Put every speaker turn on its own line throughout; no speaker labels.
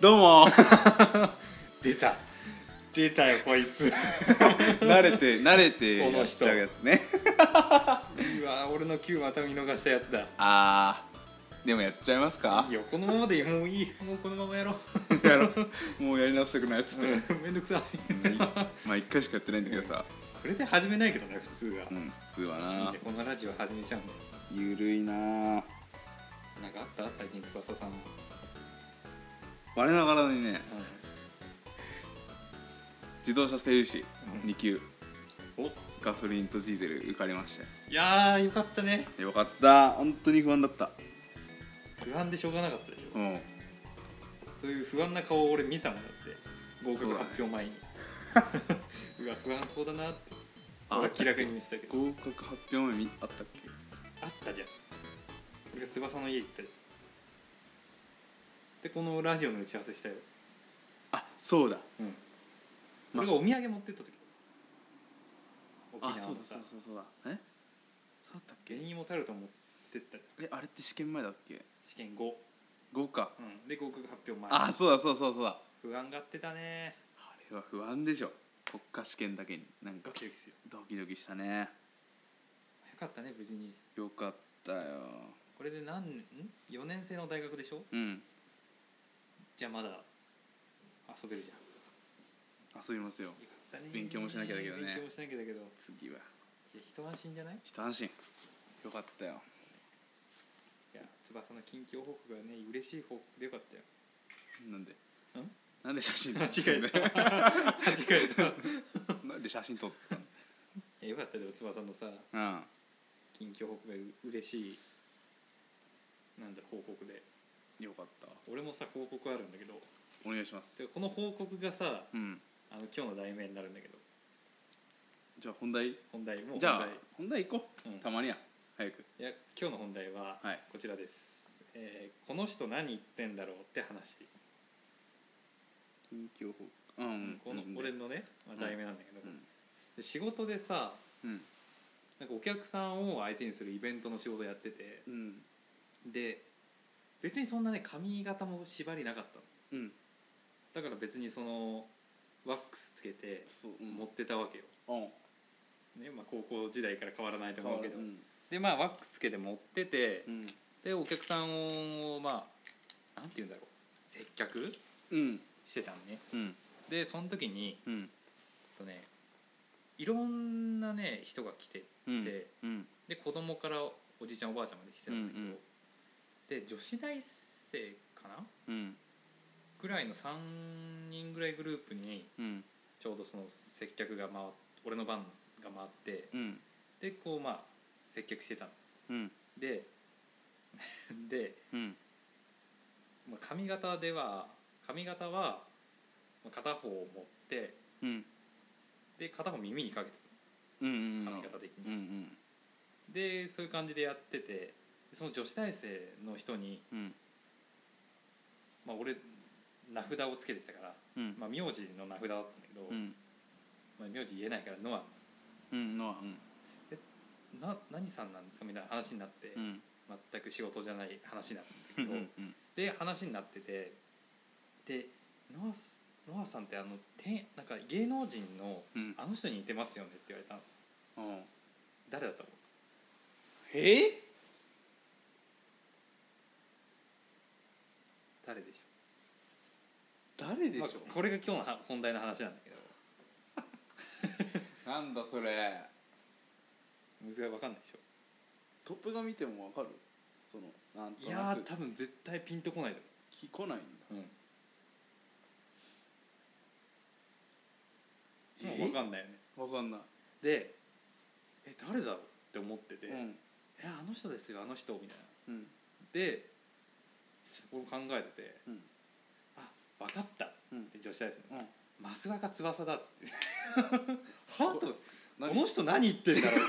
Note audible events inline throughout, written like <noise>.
どうも
出た出たよこいつ
<laughs> 慣れて慣れて
こ
や
の
っ
人
ちゃうやつね
うわ俺の Q また見逃したやつだ
あーでもやっちゃいますか
いやこのままでいいもういいもうこのままやろう
やろもうやり直したくないっつって、
うんめんどくさい
うんまあ1回しかやってないんだけどさ、
これで始めないけどね普通は、
うん、普通は
なん
な
でこのラジオ始めちゃうんだよ
ゆるいな
なんかあった最近翼さん、
我ながらにね自動車整備士2級
お
ガソリンとディーゼル受かりまし
いやーよかったね
たよかった本当に不安だった
不安でしょうがなかったでしょ、
うん
そういう不安な顔を俺見たもんだって合
そうだね
格発表前に <laughs> う,、わ不安そうだなって
あ
俺気楽に見てたけど
合格発表前みあったっけ
あったじゃん俺が翼の家行ったじゃんでこのラジオの打ち合わせしたよ、
あそうだ
うん
ま
俺がお土産持ってった時沖
あ
縄
そう
の
だ
さ
そうだそうだそうだえそうだったっ
芸
け
人もタルト持ってったじゃん
えあれって試験前だっけ
試験後、
5か
うん、で合格発表前
あそうだそうだそうだそうだ
不安がってたね
あれは不安でしょ国家試験だけになんか
ドキドキするよ
ドキドキしたね
よかったね無事に
よかったよ
これで何ん4年生の大学でしょ
うん
じゃあまだ遊べるじゃん
遊びますよ
よかったね
勉強もしなきゃだけどね
勉強もしなきゃだけどいや
次は
一安心じゃないい
一安心よかったよ
や翼の近況報告がね嬉しい報告でよかったよ
なんで
ん
なんで写真
間
撮
違えた間違えたい
<laughs> なんで写真撮ったの
やよかったでお翼のさ
うん
近況報告がう嬉しいなんだろう報告で
よかった
俺もさ報告あるんだけど
お願いします
てかこの報告がさ
うん
あの今日の題名になるんだけど
じゃあ本題
本題もう
じゃあ
本
本題行こ
題、う
うんたまにや早く
いや今日の本題は
はい
こちらです、えーこの人何言ってんだろうって話、
近況報告うん
この
うん
俺のね、まあ、題名なんだけど、
うん
で仕事でさ
うん
なんかお客さんを相手にするイベントの仕事やってて
うん
で別にそんなね髪型も縛りなかったの
うん
だから別にそのワックスつけて
そううん
持ってたわけよ、
うん
ねまあ、高校時代から変わらないと
変
思う
わ
け
る
ど、
うん
でまあワックスつけて持ってて、
うん
でお客さんをまあなんて言うんだろう接客
うん
してたのね
うん
でその時に
うん
とねいろんなね人が来て
うん
で
うん
で子供からおじいちゃんおばあちゃんまで来てたんだけど、
うんうん
で女子大生かな
うん
ぐらいの3人ぐらいグループに
うん
ちょうどその接客が回っ俺の番が回って
うん
でこうまあ接客してたの
うん
で <laughs> で、
うん
まあ、髪型では髪型はまあ片方を持って
うん
で片方耳にかけて
うんうん
た髪型的に。
うんうん
でそういう感じでやっててその女子大生の人に、
うん
まあ、俺名札をつけてたから、
うん
まあ、名字の名札だったんだけど、
うん
まあ、名字言えないから「ノア
うんのうん
な何さんなんですか?」みたいな話になって、
うん
全く仕事じゃない話になって
う
けど
んうん
で話になっててでノアスノアさんってあのてなんか芸能人の
うん
あの人に似てますよねって言われたの
うん
誰だったの
え
誰でしょ
誰
う
でし
まあこれが今日のは本題の話なんだけど
ょなんだそれ
むずいわかんないでしょ
トップが見てもわかるそのなんと
いや
な
ー
く
多分絶対ピンとこないだろ
聞こないんだ
う、うんも
え
う分かんないよね
わかんない
でえ誰だろうって思ってて、
うん
えあの人ですよあの人みたいな
うん
で俺も考えてて、
うん
あ分かったっ
うん
て女子大
う
生
ん
「増川が翼だ」っつって「
<laughs>
はとこ
何
の人何言ってんだろう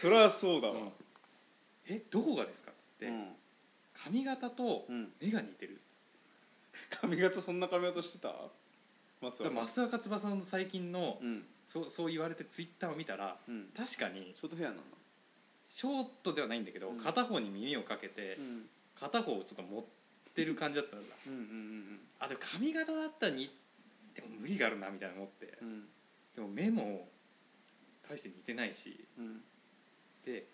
そりゃそうだ」
うんえどこがですか?」っつって、
うん
髪型と
うん
目が似てる」
髪型そんな髪型してたマス
だから増若翼の最近の、
うん
そうそう言われてツイッターを見たら
うん
確かに
ショートヘアなの
ショートではないんだけど、
うん
片方に耳をかけて、
うん
片方をちょっと持っってる感じだったんだ
うんうん
あでも髪型だったらにでも無理があるなみたいな思って
うんうん
でも目も大して似てないし
うん
で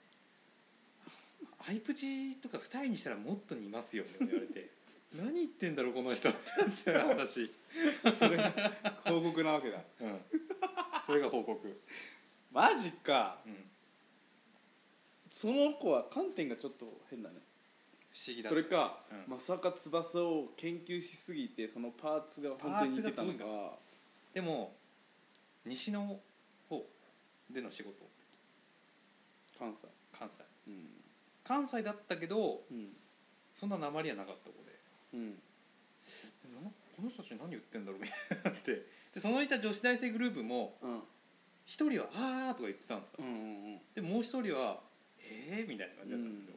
アイプチとか二重にしたらもっと似ますよねって言われ
<laughs>
て何言ってんだろうこの人ってなって私、
うんそれが報告なわけだ
うん、それが報告、
<laughs> マジか
うん、
その子は観点がちょっと変だね
不思議だ
それか、
うん
まさか翼を研究しすぎてそのパーツが本当に似てたのか
パーツがすごでも西の方での仕事
関西
関西
うん
関西だったけど
うん
そんな訛りはなかった子
う
で
ん
なこの人たち何言ってんだろうみたいになってでそのいた女子大生グループも
うん
一人は「あー」とか言ってたんですよ
うんうん
でもう一人は「えー?」みたいな感じだったんですよ、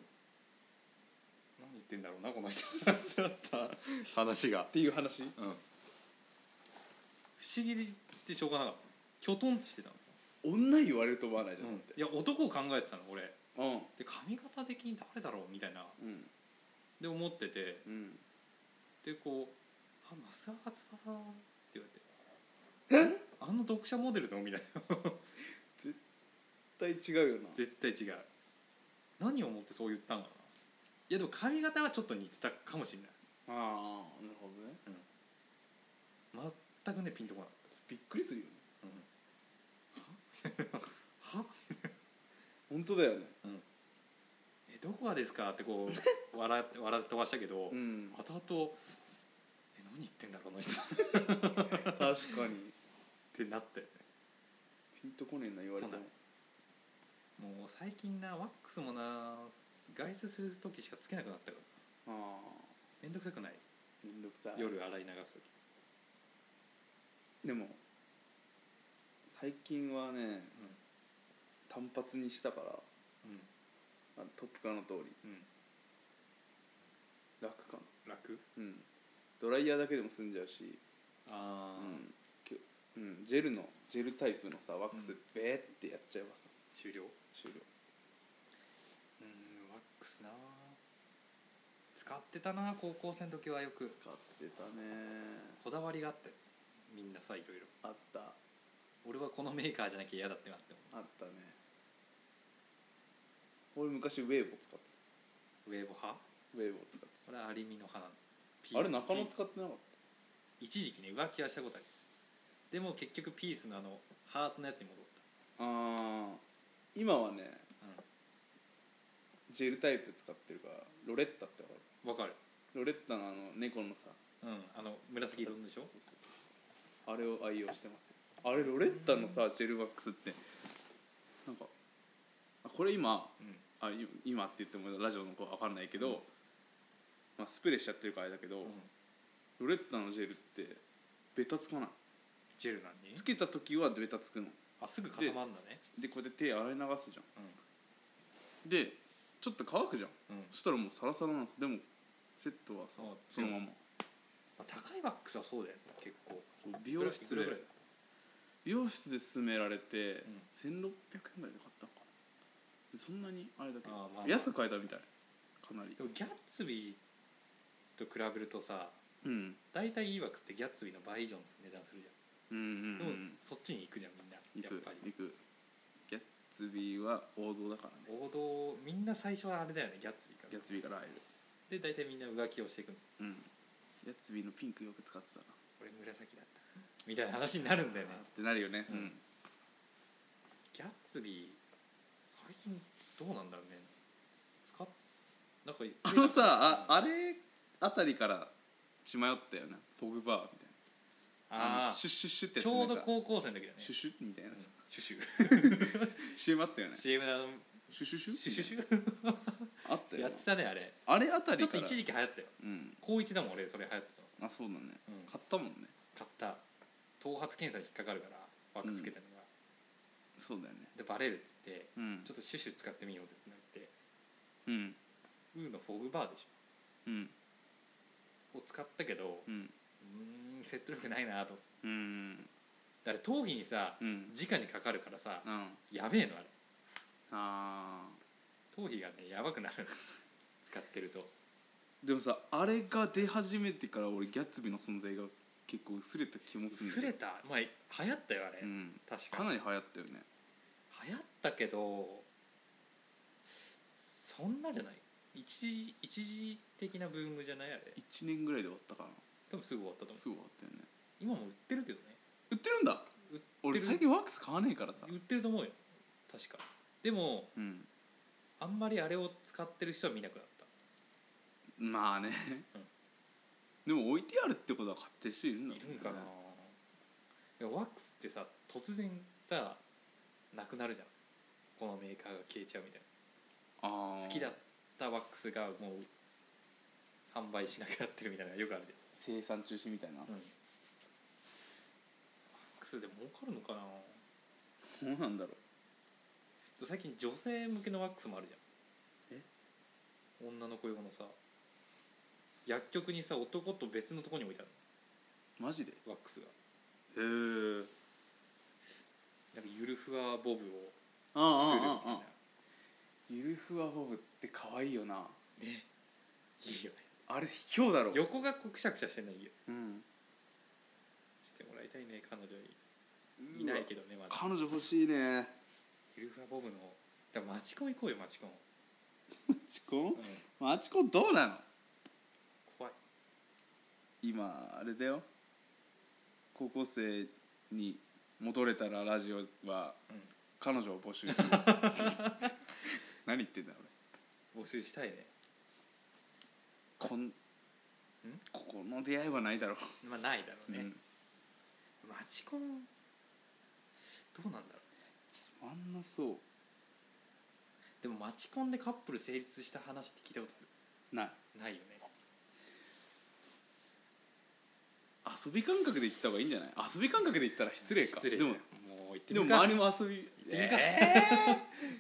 何言ってんだろうなこの人だった話が
っ、ていう話
うん不思議でしょうがなかったきょとんとしてたんですよ、
女言われると思わないじゃん、
いや男を考えてたの俺
うん
で髪型的に誰だろうみたいな
うん
で思ってて
うん
でこう「あ増川翼」って言われて「えあの読者モデルの?」みたいな
絶対違うよな
絶対違う何を思ってそう言ったんかないやでも髪型はちょっと似てたかもしれない
ああなるほどね
全くねピンとこなかっ
びっくりするよね
た、うん、はは
本当だよね
えどこがですかってこ
<laughs>
う笑って笑って飛ばしたけど、
うん
後々え何言ってんだこの人っ
確か <laughs> に
てなって
ピンとこねえな言われたら
そうもう最近なワックスもな外出する時しかつけなくなったから
あ
めんどくさくない
あめんどくさい
夜洗い流す時
でも最近はね、単発にしたから
うん
あトップ化の通り
うん
楽かな
楽
うんドライヤーだけでも済んじゃうし、う
ああ、
んきゅうん、ジェルのジェルタイプのさワック
う
ス
ん
ベーってやっちゃえばさ
終了
終了
うんワックスな使ってたな高校生の時はよく
買ってたね
こだわりがあってみんなさいろいろ
あったあ
俺はこのメーカーじゃなきゃ嫌だってなって
ったね俺昔ウェーボ使って
ウェーブ派
たウェーボ使って
これはアリミの派なのピ
たあれ中野
ピ
使ってなかっ
一時期ね浮気はしたことあるでも結局ピースのあのハートのやつに戻った
ああ今はねジェルタイプ使ってるからロレッタってわかる
うんわかる
ロレッタのあの猫のさ
うんあの紫色のでしょ
そうそうそうあれを愛用してますよあれロレッタのさジェルワックスってなんかあこれ今
うん
あい今って言ってもラジオの子は分かんないけど、まあ、スプレーしちゃってるからあれだけど、
うん
ロレッタのジェルってベタつかない
ジェルなんに
つけた時はベタつくの
あすぐ固まるんだね
でこうやって手洗い流すじゃんでちょっと乾くじゃん
うん、うん
そしたらもうサラサラなんですでもセットはさ
そう
そのまま
まあ、高いワックスはそうだよね結構
そう美容室で
いくらい
美容室で勧められて、
うん
1600円ぐらいで買ったのかなそんなにあれだけど、
あーまあ
安く買えたみたいかなり
でもギャッツビーと比べるとさ
うん
大体いいワックスってギャッツビーの倍以上の値段するじ
うんうん
ゃ
うん
ん、でもそっちに行くじゃんみんな
行
やっ
く
ぱり
行くギャッツビーは王道だからね
王道みんな最初はあれだよねギャッツビーか
ギャッツビーから会える
らで大体みんな浮気をしていくの
うんギャッツビーのピンクよく使ってたな
俺紫だったみたいな話になるんだよね
あーってなるよね
うんギャッツビー最近どうなんだろうね使っなんか
あのさああれあたりから血迷ったよなポグバーみたいな
あ
シュッシュッシュッって
ー
やつ
ちょ
な
うど
んか
高校生の時だね
シュッシュッみたいな
うん
や
シュシュ
つ CM あったよね
CM のあの
シュシュシュ
シュシュシ
ュ
ュ
あった
や
よ
ってたねあれ
あれあた
ち
り
ょっ
か
と
ら
一時期流行ったよ
うん
高一だもん俺それ流行ってたの
あそうだね、
うん
買ったもんね
買った頭髪検査に引っかかるからワックスつけたのが、
そうだよね
でバレるっつって
うん
ちょっとシュシュ使ってみようぜってなって
うん
ウーのフォグバーでし
うん
ょを使ったけど
うん
うーん説得力ないなと
うん
だから頭皮にさ
うん
直にかかるからさ
うん
やべえのあれ
あ
頭皮がねやばくなる使ってると
でもさあれが出始めてから俺ギャッツビーの存在が結構薄れた気もするん
す
だ
れ
よ
たまあ流行ったよあれ、
うん、
確か
か
に
なり流行ったよね
流行ったけどそんなじゃない一時一時的なブームじゃないあれ
1年ぐらいで終わったかな
多分すぐ終わったと思う
すぐ終わったよね
今も売ってるけどね
売ってるんだ
売っ
俺
てる
最近ワックス買わねえからさ
売ってると思うよ確かでも
うん
あんまりあれを使ってる人は見なくなった
まあね、でも置いてあるってことは買ってる人いるんだ
い
ろう
るんかな、いやワックスってさ突然さなくなるじゃんこのメーカーが消えちゃうみたい
あ
な
ー
好きだったワックスがもう販売しなくなってるみたいなのがよくある
生
じ
産中止みたいな
ゃん、ワックスで儲かるのかな
どうなんだろ
最近女性向けのワックスもあるじゃ
え
ん女の子用のさ薬局にさ男と別のとこに置いてある
うマジでへ
ワックスが
え
なんかゆるふわボブを
ああ
作るみ
ああ
たい
あ
な
あゆるふわボブって可愛いよない
いよね
あれ卑怯だろ
横がこうくしゃくしゃしてないよ
うん
してもらいたいね彼女
い
にいないけどねまだ
彼女欲しいね
ゆるふわボブのだからマチコン行こうよマチコン、
マチコン
うん、
マチコンどうなの
怖い
今あれだよ高校生に戻れたらラジオは
う
彼女を募 <laughs> 集中何言ってんだ俺
ん募集したいね
こんここの出会いはないだろ
まあないだろ
う、
うね、
うん
マチコンどうなんだろう
つまんなそ
でもマチコンでカップル成立した話って聞いたこ
うない
とあるないよね
遊び感覚で行った方がいいんじゃない遊び感覚で行ったら失礼か
失礼
で
だ
も
よもう行って
で
み
も
か
周りも遊び行
ってみか
え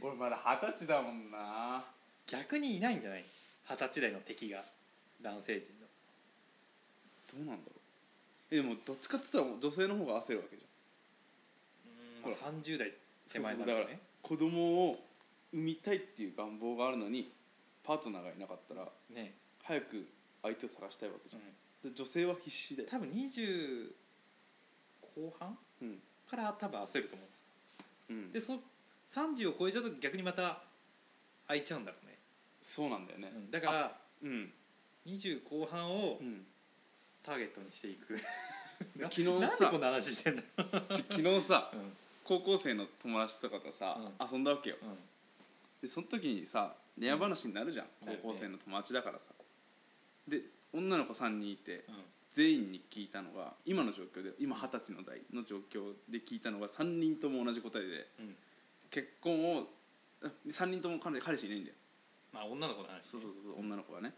ー俺まだ二十歳だもんな
逆にいないんじゃない二十歳代の敵が男性陣の
どうなんだろうえでもどっちかって言ったら女性の方が焦るわけじゃん
うーん、まあ、30代手前
そ
な
うんそ
だ
うだ
よ
から
ね
子供を産みたいっていう願望があるのにパートナーがいなかったら
ね、
早く相手を探したいわけじ
う
ゃ
ん
ん、で女性は必死で、
多分20後半
うん
から多分焦ると思うんです
うん、
でその30を超えちゃうと逆にまた空いちゃうんだろうね、
そうなんだよね
だから
うん、
20後半を
うん、
ターゲットにしてい <laughs> くな
昨日さ
なんでこんな話してんだろ
で昨日さ
う、うん
高校生の友達とかとさ、遊んだわけよ
うん
でその時にさ寝屋話になるじゃん、
うん
高校生の友達だからさで女の子3人いて
うん
全員に聞いたのが今の状況で今二十歳の代の状況で聞いたのが3人とも同じ答えで
うん
結婚を3人とも彼彼氏いないんだよ
まあ女の子の話
そうそうそうそう女の子はね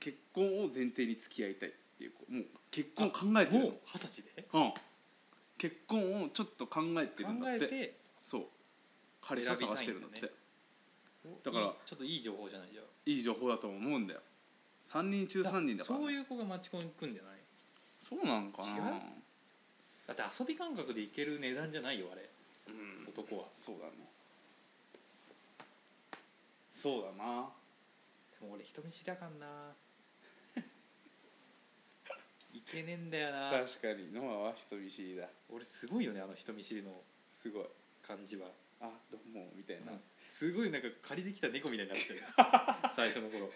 結婚を前提に付き合いたいっていう子もう結婚を考えてる
も
の
う二十歳で
うん、結婚をちょっと考えて
考
るんだっ
え
て
て
そう彼氏を探してるんだって
選びたいんだ
だから
いいちょっといい情報じゃないじゃん
いい情報だと思うんだよ3人中3人だから、ね、
そ
う
ういう子がマチコン行くんじゃない
そうなんかな
違だって遊び感覚で行ける値段じゃないよあれ
うん
男は
そうだねそうだな
でも俺人見知りだからな <laughs> いけねえんだよな
確かにノアは人見知りだ
俺すごいよねあの人見知りの
すごい
感じは、
あどうもみたいな、
すごいなんか借りてきた猫みたいに
<laughs>
なってる最初の頃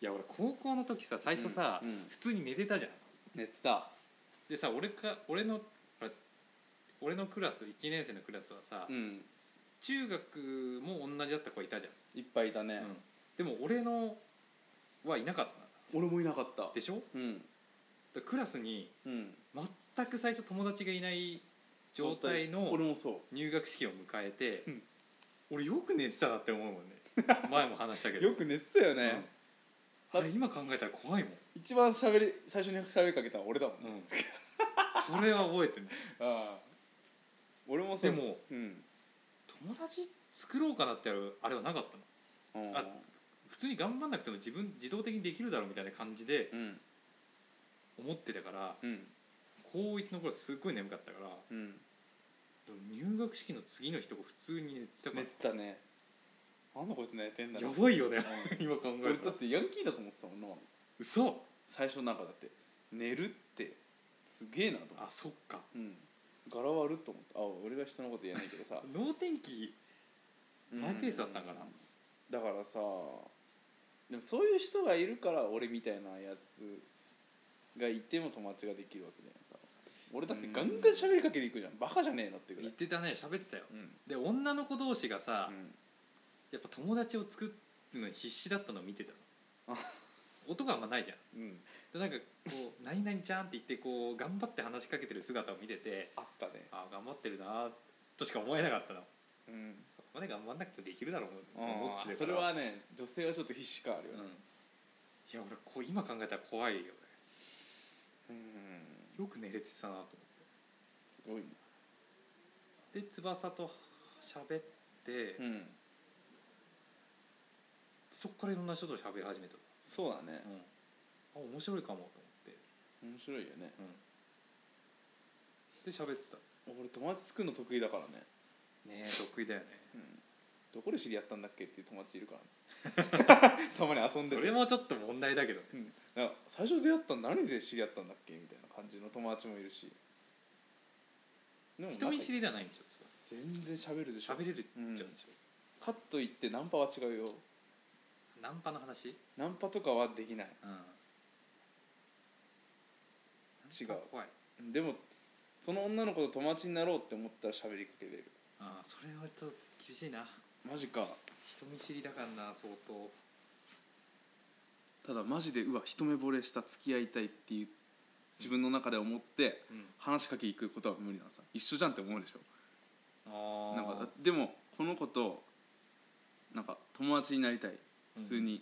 いや俺高校の時さ最初さ、
うんうん
普通に寝てたじゃん
寝てた
でさ俺か俺のあ俺のクラス1年生のクラスはさ、
うん
中学も同じだった子いたじゃ
いっぱいいたね
ん、、でも俺のはいなかった
俺もいなかった
なでしょだか
うん
らクラスに
うん
全く最初友達がいない状態の
俺もそ
入学式を迎えて、
うん
俺よく寝てたなって思う
<laughs>
もんね前も話したけ
う
ど
よく寝てたよね、
うんあれ今考えたら怖いもん、
一番しゃべり最初に喋りかけたの俺だもん、ね
<laughs> それは覚えてない
ああ俺もさ
でも
うん、
友達作ろうかなってやるあれはなかったの
うん
あ普通に頑張んなくても自分自動的にできるだろうみたいな感じで
うん
思ってたから
うん
高1の頃すっごい眠かったから
うん
でも入学式の次の日とか普通に寝てたから
寝てたねなんだこいつ寝てんだ
や
ろ
ばいよね
う
今考
ん
え
俺だ
た
っ
ら
てヤンキーだと思ってたもんな
嘘
最初なんかだって寝るってすげえなと思
あ
って
そっか
うん柄割ると思ってあ俺が人のこと言えないけど <laughs> さ
能天気マイペースだったんかな
うんだからさでもそういう人がいるから俺みたいなやつがいても友達ができるわけだよ俺だってガンガン喋りかけていくじゃんバカじゃねえなってぐら
言っ
い
てたね喋ってたよ
うん
で女の子同士がさ、
うん
やっぱ友達を作るのに必死だったのを見てたの
あ
男はあんまないじゃん
うん
でなんかこう「 <laughs> 何々ちゃん」って言ってこう頑張って話しかけてる姿を見てて
あったね
ああ頑張ってるなとしか思えなかったの
うん
そこまで頑張んなくてできるだろうと思
あ
っ
ー
てた
そ
か
れ
ら
はね女性はちょっと必死感ある
う
よ
ん、い
ね
や俺こう今考えたら怖いよね
うん
よく寝れてたなと思
すごいね
ってで翼と喋って、
うん
そっからいろんな人と喋り始めた
そうだね
の、あ面白いかもと思って、
面白いよね
で喋ってた
俺友達作るの得意だからね
ねえ得意だよね
うんどこで知り合ったんだっけっていう友達いる <laughs> からねたまに遊んでて
それもちょっと問題だけどね
うんなんか最初出会ったの何で知り合ったんだっけみたいな感じの友達もいるしでもなんか
人見知りではないんでしょ翼
全然喋るでしょ
喋れるじゃんでしょ、
かといってナンパは違うよ
ナンパの話、
ナンパとかはできない
うん、
違う
怖い
でもその女の子と友達になろうって思ったら喋りかけれる
ああそれはちょっと厳しいな
マジか
人見知りだからな相当
ただマジでうわ一目惚れした付き合いたいっていう自分の中で思って
うん
話しかけ行くことは無理なのさ一緒じゃんって思うでしょ
ああ
なんかでもこの子となんか友達になりたい普通に、っ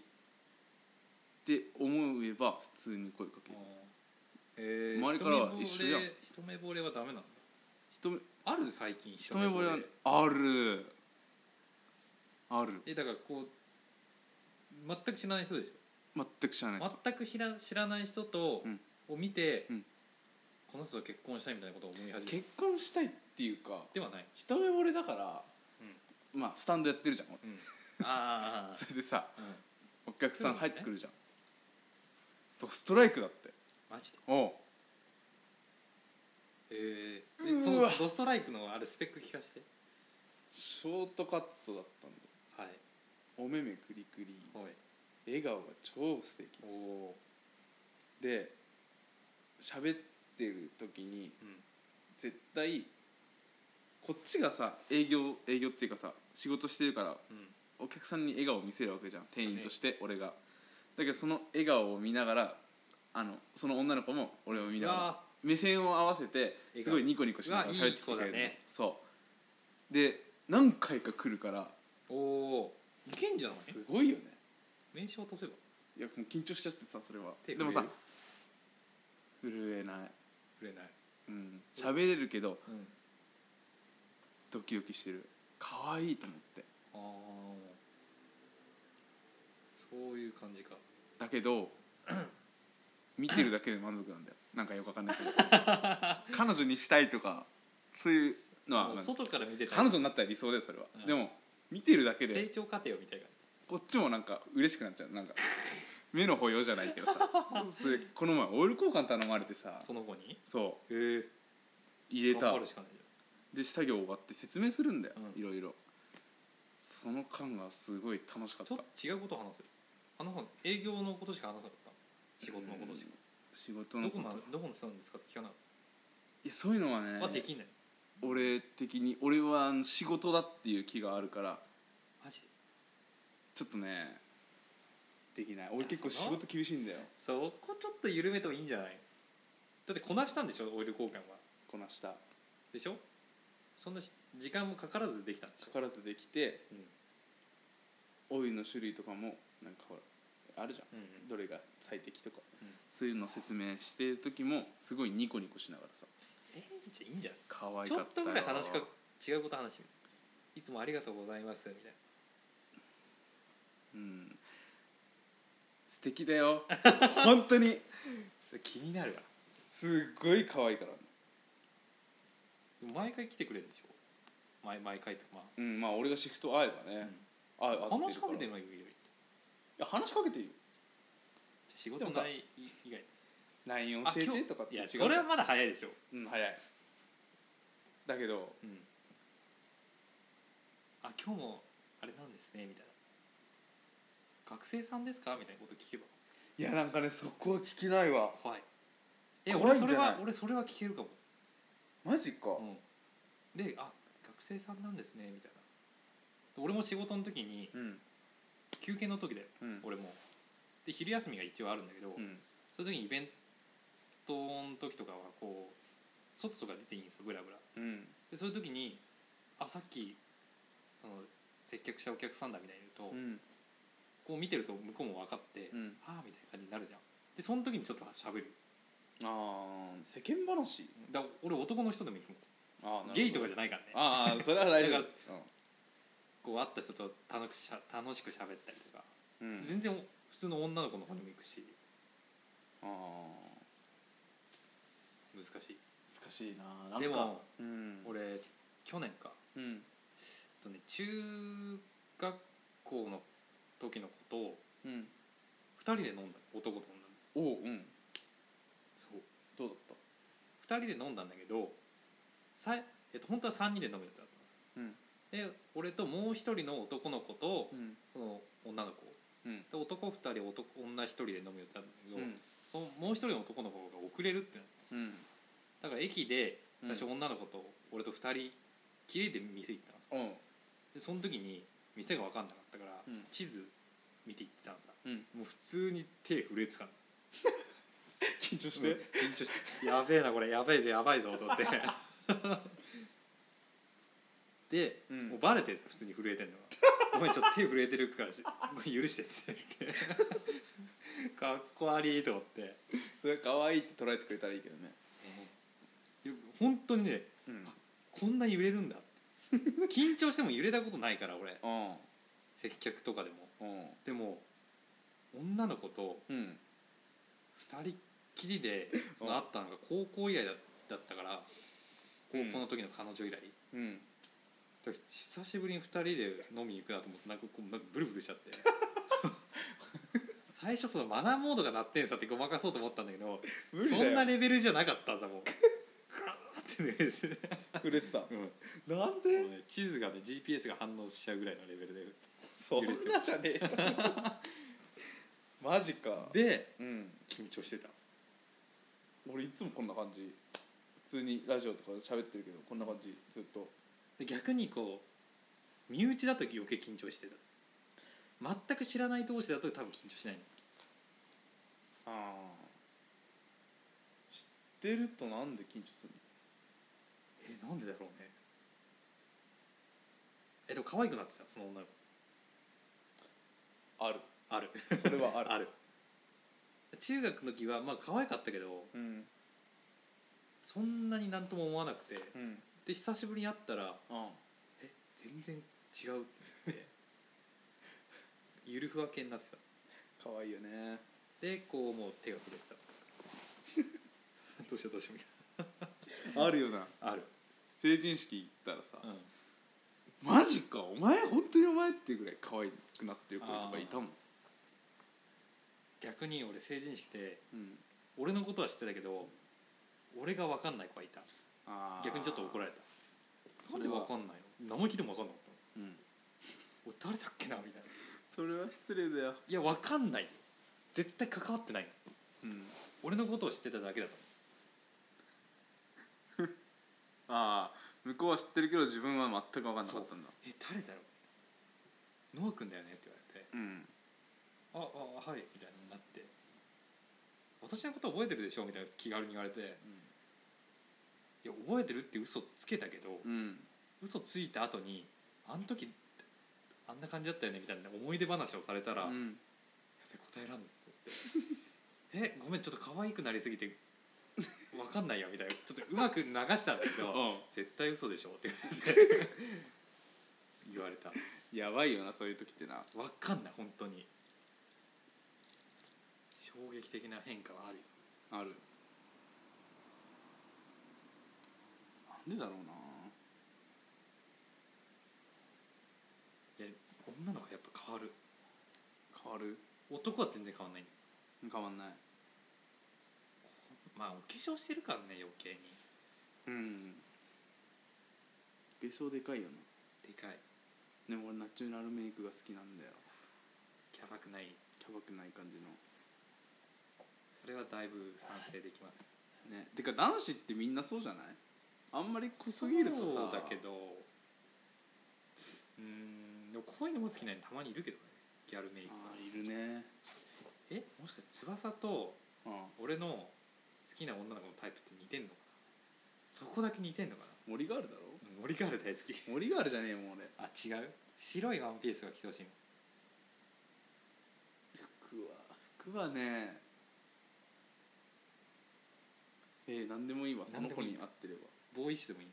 て思えば普通に声かけ
うん
る
え
周りからは一緒じゃん
一目惚れ一目惚れはダメなんだ
一目
ある最近
一目惚れはあるある
えだからこう全く知らない人でし
全く知らない
ょ全く知ら知らない人と、
うん
を見て、
うん
この人と結婚したいみたいなことを思い始める
結婚したいっていうか
ではない、
一目惚れだから、まあスタンドやってるじゃん俺
うん、ああ
それでさ
う
お
ん
客さん
そうだ
入
ね
ってくるじゃん、とストライクだって
マジで
おう
ええ
うわ
でそのドストライクのあれスペック聞かせて
ショートカットだったんだ
はい
お目目くりくり
はい
笑顔が超素敵
おお
で喋ってる時に
うん
絶対こっちがさ営業営業っていうかさ仕事してるから
うん
お客さんに笑顔を見せるわけじゃん店員として俺がだけどその笑顔を見ながらあのその女の子も俺を見ながら
わ
目線を合わせて
笑顔
すごいニコニコしながら
うわ
喋ってきてくれる
いい子だね
そうで何回か来るから
ーおおいけんじゃない
すごいよね
名刺落とせば
いやもう緊張しちゃってさそれは
手
でもさ
震
震えない
触れない
うん喋れるけど
うん
ドキドキしてる可愛いと思って
ああそういう感じか
だけ
<clears throat>
ど見てるだけで満足なんだよなんかよくわかんないけど <laughs> 彼女にしたいとかそういうのは
もう
まあ
外から見てた
彼女になったら理想だよそれは、
うん
でも見てるだけ
成
で
長過程を見たいか
こっちもなんか嬉しくなっちゃうなんか目の保養じゃないけどさそれこの前オイル交換頼まれてさ
らその後に
そ
へえ
う入れた
頑張るしかないよ
で作業終わって説明するんだよ、
うん
いろいろその間がすごい楽しかっ
ちょ
た
っと違うこと話すよ話さない営業のことしか話さなかった仕事のことしか
うん仕事
ど
の
こ
こ
の
と
どこの人なんですかって聞かなかっ
いやそういうのは
た
ね
はできない
俺的に俺はあの仕事だっていう気があるから
マジで
ちょっとねできない俺
あ
結構
そ
仕
の
事厳しいんだよ
そこちょっと緩めてもいいんじゃないだってこなしたんでしょオイル交換は
こなしたか
でしょそんなし時間もかからずできたんでしょ
からずできて、オイルの種類とかもなんかほらあるじゃん
うんうん
どれが最適とか、
うん
そういうの説明してる時もすごいニコニコしながらさ
えーじゃあいいんじゃない
可愛
ちょ
か
っ
った
と
よ
ぐらい話しか違うこと話してみるいつもありがとうございますみたい
うん素敵だ
<laughs>
よ本当に
なそれ気になるわ
すっごい可愛いから
でも毎回来てくれるんでしょ毎毎回とかまあ
うんまあ俺がシフト合えばね、あ
話しかけて
るい
ないより
や話しかけてるよ
じゃあ仕事ない以外
LINE
あ
教え
今
て
日
とかって
い
違
や
う
それはまだ早いでしょ、
うん早いだけど
うん、あ今日もあれなんですねみたいな学生さんですかみたいなこと聞けば
いやなんかねそこは聞けないわ
怖いえ
怖
俺
いんじ
そ
ゃ
れ
ない
は俺それは聞けるかも、
マジか、
うん、であ学生さんなんですねみたいな俺も仕事の時に
うん
休憩の時だよ
うん
俺もで昼休みが一応あるんだけど、
うん
その時にイベントの時とかはこう外とか出ていいんですよブラブラ
うん
でそういう時にあさっきその接客したお客さんだみたいに言うと、
うん
こう見てると向こうも分かって、
うん
ああみたいな感じになるじゃんでその時にちょっと喋る
あー世間話
だから俺男の人でもいいも
あ
んゲイとかじ
ゃ
ゃないからね
ああそれは大丈夫
だかこう会った人と楽しゃ楽しく喋ったりとか、
うんうん
全然普通の女の子の方にも行くし
あ
難しい
ー難しいななんか
でも
うん
俺去年か
うん
えっとね中学校の時のことを
うん
2人で飲んだの男と女で
おううん
そう
どうだった
2人で飲んだんだけどさ、えっと、本当は3人で飲む予定だったんですよ、で俺ともう一人の男の子と
うん
その女の子
うん
で男2人男女1人で飲む予定だったんだ
う
けど、
ん
そのもう一人の男の子が遅れるってなって
うん
だから駅で最初
うん
女の子と俺と2人きりで店行ったんです
うん
よでその時に店が分かんなかったから、
うん
地図見て行ってたのさ、
うん
もう普通に手震えてたの
緊張
うん緊張してやべえなこれやべえぞやばいぞと思って <laughs> で、
うん
もうバレてるんですよ普通に震えてんの
<laughs>
がごめんちょっと手震えてるからしごめん許してって言って <laughs> かっこ悪いと思って、
それ可愛いって捉えてくれたらいいけどね
いや本当にね
うん
こんな揺れるんだって緊張しても揺れたことないから俺
うん
接客とかでも
うん
でも女の子と
うん
2人っきりでその
うん
会ったのが高校以来だだったから
う
高
ん
校の時の彼女以来、
うん
だから久しぶりに2人で飲みに行くなと思ってなんかこうなんかブルブルしち
<laughs>
ゃって最初そのマナーモードが鳴ってんさってごまかそうと思ったんだけど
無理だ
そ
よ
んなレベルじゃなかったんだもんガーってね
触れてた
うんも
なん
うね地図がね GPS が反応しちゃうぐらいのレベルで
そんなじゃねえよマジか
で
うん
緊張してた
俺いつもこんな感じ普通にラジオとかで喋ってるけどこんな感じずっと
で逆にこう身内だと余計緊張してた全く知らない同士だと多分緊張しないの
あ知ってるとなんで緊張する
えなんでだろうねえでも可愛くなってたその女の子
のある
ある
それはある
ある中学の時はまあ可愛かったけど
<laughs> うん
そんなになんとも思わなくて
うん
で久しぶりに会ったら
あ
え全然違うって <laughs> ゆるふわ系になってた
可愛いよね
でこうもう手が震えて
<laughs>
たどうしようどうしようみ
あるよな
たいなある、
成人式行ったらさ、
うん、
マジかお前本当にお前っていうぐらい可愛くなってる子とかいたもん
逆に俺成人式で
うん
俺のことは知ってたけど俺が分かんない子がいた
あー
逆にちょっと怒られた
そ
なん
れ
で
は
分かんないの生意気でも分かんなかっ
うん
た俺誰だっけなみたいな
それは失礼だよ
いや分かんないよ絶対関わってないの
うん
俺のことを知ってただけだと
ああ向こうは知ってるけど自分は全く分かんなかったんだ
え誰だろうノア君だよねって
うん
言われてああはいみたいになって私のこと覚えてるでしょみたいな気軽に言われていや覚えてるって嘘つけたけど、
うん
嘘ついた後にあの時あんな感じだったよねみたいな思い出話をされたら、や
ん
べ答えらんのってえごめんちょっと可愛くなりすぎてわかんないよみたいなちょっとうまく流したんだけど絶対嘘でしょって言われた言わ
やばいよなそういう時ってな
れたわかんない本当に衝撃的な変化はあるよ
あるなんでだろうない
や女の子や変わる
変わる
男は全然変わんないんだよ
変わんない
まあお化粧してるからね余計に
うん化粧でかいよ
でかい
なでも俺ナチュラルメイクが好きなんだよ
キャバくない
キャバくない感じの
それはだいぶ賛成できます
ねてか男子ってみんなそうじゃないあんまり濃すぎるとさ
そうだけどうーんでもこういうのも好きなのたまにいるけどねギャルメイク
あーいるね
えもしかして翼と
うん
俺の好きな女の子のタイプって似てんのかなそこだけ似てんのかな
森ガールだろ
うん森ガール大好き
森ガールじゃねえもん俺
あ違う白いワンピースが着てほしいの
服は服はねえー、何でもいいわその子
何でもいい
に合ってれば
ボーイッシュでもいい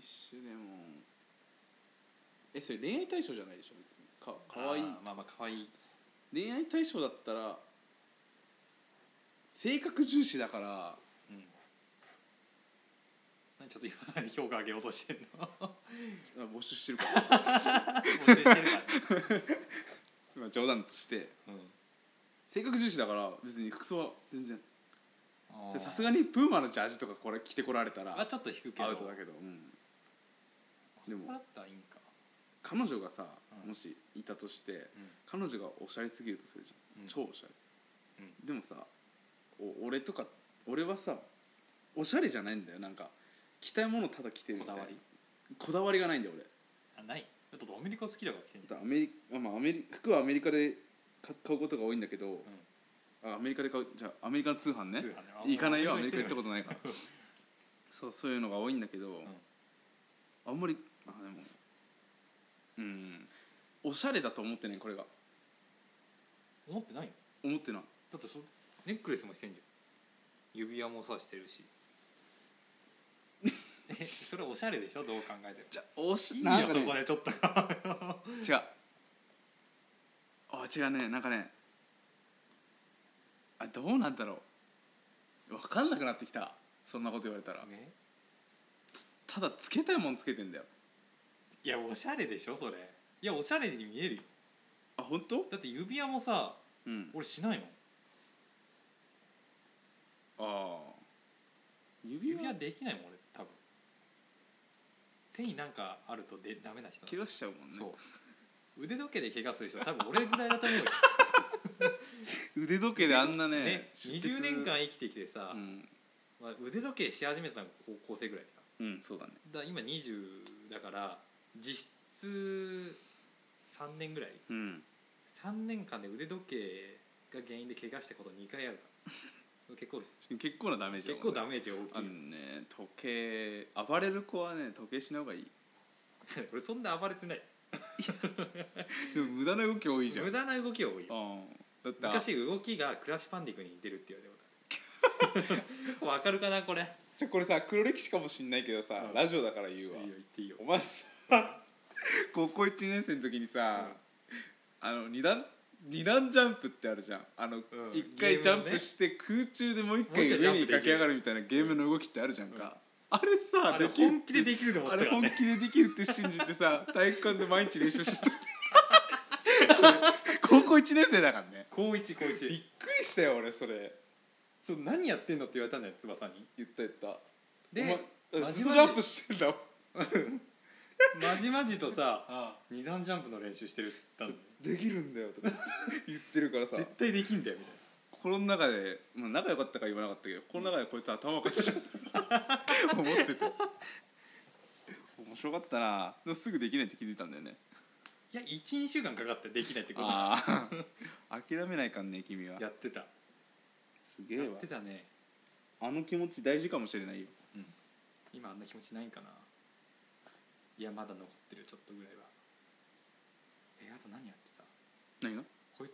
一種でもえそれ恋愛対象じゃないでしょ別にかかわいい
あーまあまあかわいい
恋愛対象だったら性格重視だから
うん何ちょっと今評価上げようとしてんの
あ募集してるから
<laughs> 募集してるからね、
今冗談として性格重視だから別に服装は全然
うん、
さすがにプーマのジャージとかこれ着てこられたら
あちょっと引くけど
アウトだけど、うん、でも
そこだったらいいんか
彼女がさ、
うん
もしいたとして、
ん
彼女がおしゃれすぎるとするじゃん、
うん
超おしゃれ、でもさお俺とか俺はさおしゃれじゃないんだよなんか着たいものただ着てるみたいな
こだわ
こだわりがないんだよ俺
あないだってアメリカ好きだから着てんじ
だ
ゃん
からアメリカ、まあ、アメリ服はアメリカで買買うことが多いんだけど、あアメリカで買うじゃあアメリカの通販ね
通販ねあ
行かないよアメリカ行
っ
ってた
る
ことないから <laughs> そうそういうのが多いんだけど、あんまりあでもうんおしゃれだと思ってねこれが
思ってないの
思ってない
だってそネックレスもしてんじゃん指輪もさして
<laughs>
るしえそれおしゃれでしょどう考えても
じゃおし
いい
な
よ
んか
そ
ね
こでちょっと
違うあ違うねなんかねあどうなんだろう分かんなくなってきたそんなこと言われたら
ね
ただつけたいもんつけてんだよ
いやおしゃれでしょそれいやおしゃれに見えるよ
あ本当
だって指輪もさ
うん
俺しないもん
ああ指
指
輪
輪できないもん俺多分手になんかあるとでダメな人なの
怪我しちゃうもんね
そう腕時計で怪我する人多分俺ぐらいだと思うよ
腕時計であんなね
ね
出血
20年間生きてきてさ、
うん、
まあ、腕時計し始めたのが高校生ぐらいじゃん
うん、そうだね
だ今20だから実質3年ぐらい
うん
3年間で腕時計が原因で怪我したこと2回あるから
<laughs>
結構
結構なダメージだ
結
もん
構
ね
ダメージ
あ
大き
の
い
ね時計暴れる子はね時計しない方がいい
<laughs> 俺そんな暴れてない
でも無駄な動き多いじゃん
無駄な動きが多いよ
ああだって
昔動きがクラッシュパンディックに似てるって言われたこと
<laughs>
あるわかるかなこれいい
ちょこれさ黒歴史かもしんないけどさ、
うん
ラジオだから言うわ
言っていいよ
お前さ <laughs> 高校1年生の時にさ、あの二段二段ジャンプってあるじゃんあの、
ん
一
ゲームのね
回ジャンプして空中でもう一回
もう一回ジ
上
ャンプ
に
できる
駆け上がるみたいなゲームの動きってあるじゃん
うん
か、あれさ
あれ
きる
本気でできると思っ
あ
てた
れ
から
本
ね
気でできるって信じてさ体育館で毎日練習してた
<laughs>
高校1年生だからね
高一高一
びっくりしたよ俺それ
そう何やってんのって言われたんだよ翼に
言った言った
で
お前
マジ
ずっとジ
マジ
ャンプしてんだもん
まじまじとさ
あ
二段ジャンプの練習してるったんだよ
できるんだよとか言ってるからさ
絶対できんだよみたいな
心の中で、まあ、仲良かったから言わなかったけど心の中でこいつ頭おかしい <laughs> 思ってた面白かったなでもすぐできないって気づいたんだよね
いや12週間かかってできないってこと
ああ <laughs> 諦めないかんね君は
やってた
すげえ
や
わ
ってたね
あの気持ち大事かもしれないよ
今あんな気持ちないんかないやまだ残ってるちょっとぐらいはえあと何やってた
何が
こういう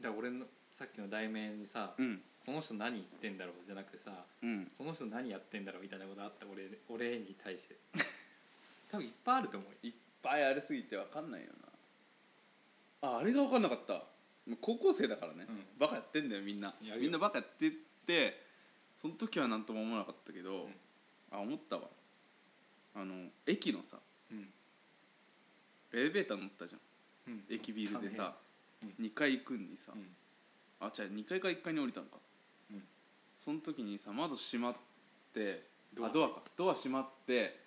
だから俺のさっきの題名にさ
うん
「この人何言ってんだろう」じゃなくてさ
うん
「この人何やってんだろう」みたいなことあった俺俺に
<laughs>
対して多分いっぱいあると思うよ
いっぱいありすぎて分かんないよなああれが分かんなかったもう高校生だからね、
うん
バカやってんだよみんな
やるよ
みんなバカやってってその時は何とも思わなかったけど、
ん
あ思ったわあの駅のさ
うん
エレベーター乗ったじゃん
うん
駅ビルでさ、
だね
二2階行くんにさ、
うん
あ違う2階から1階に降りたのか、
うん
その時にさ窓閉まってドア
ドア
あドアかドア閉まって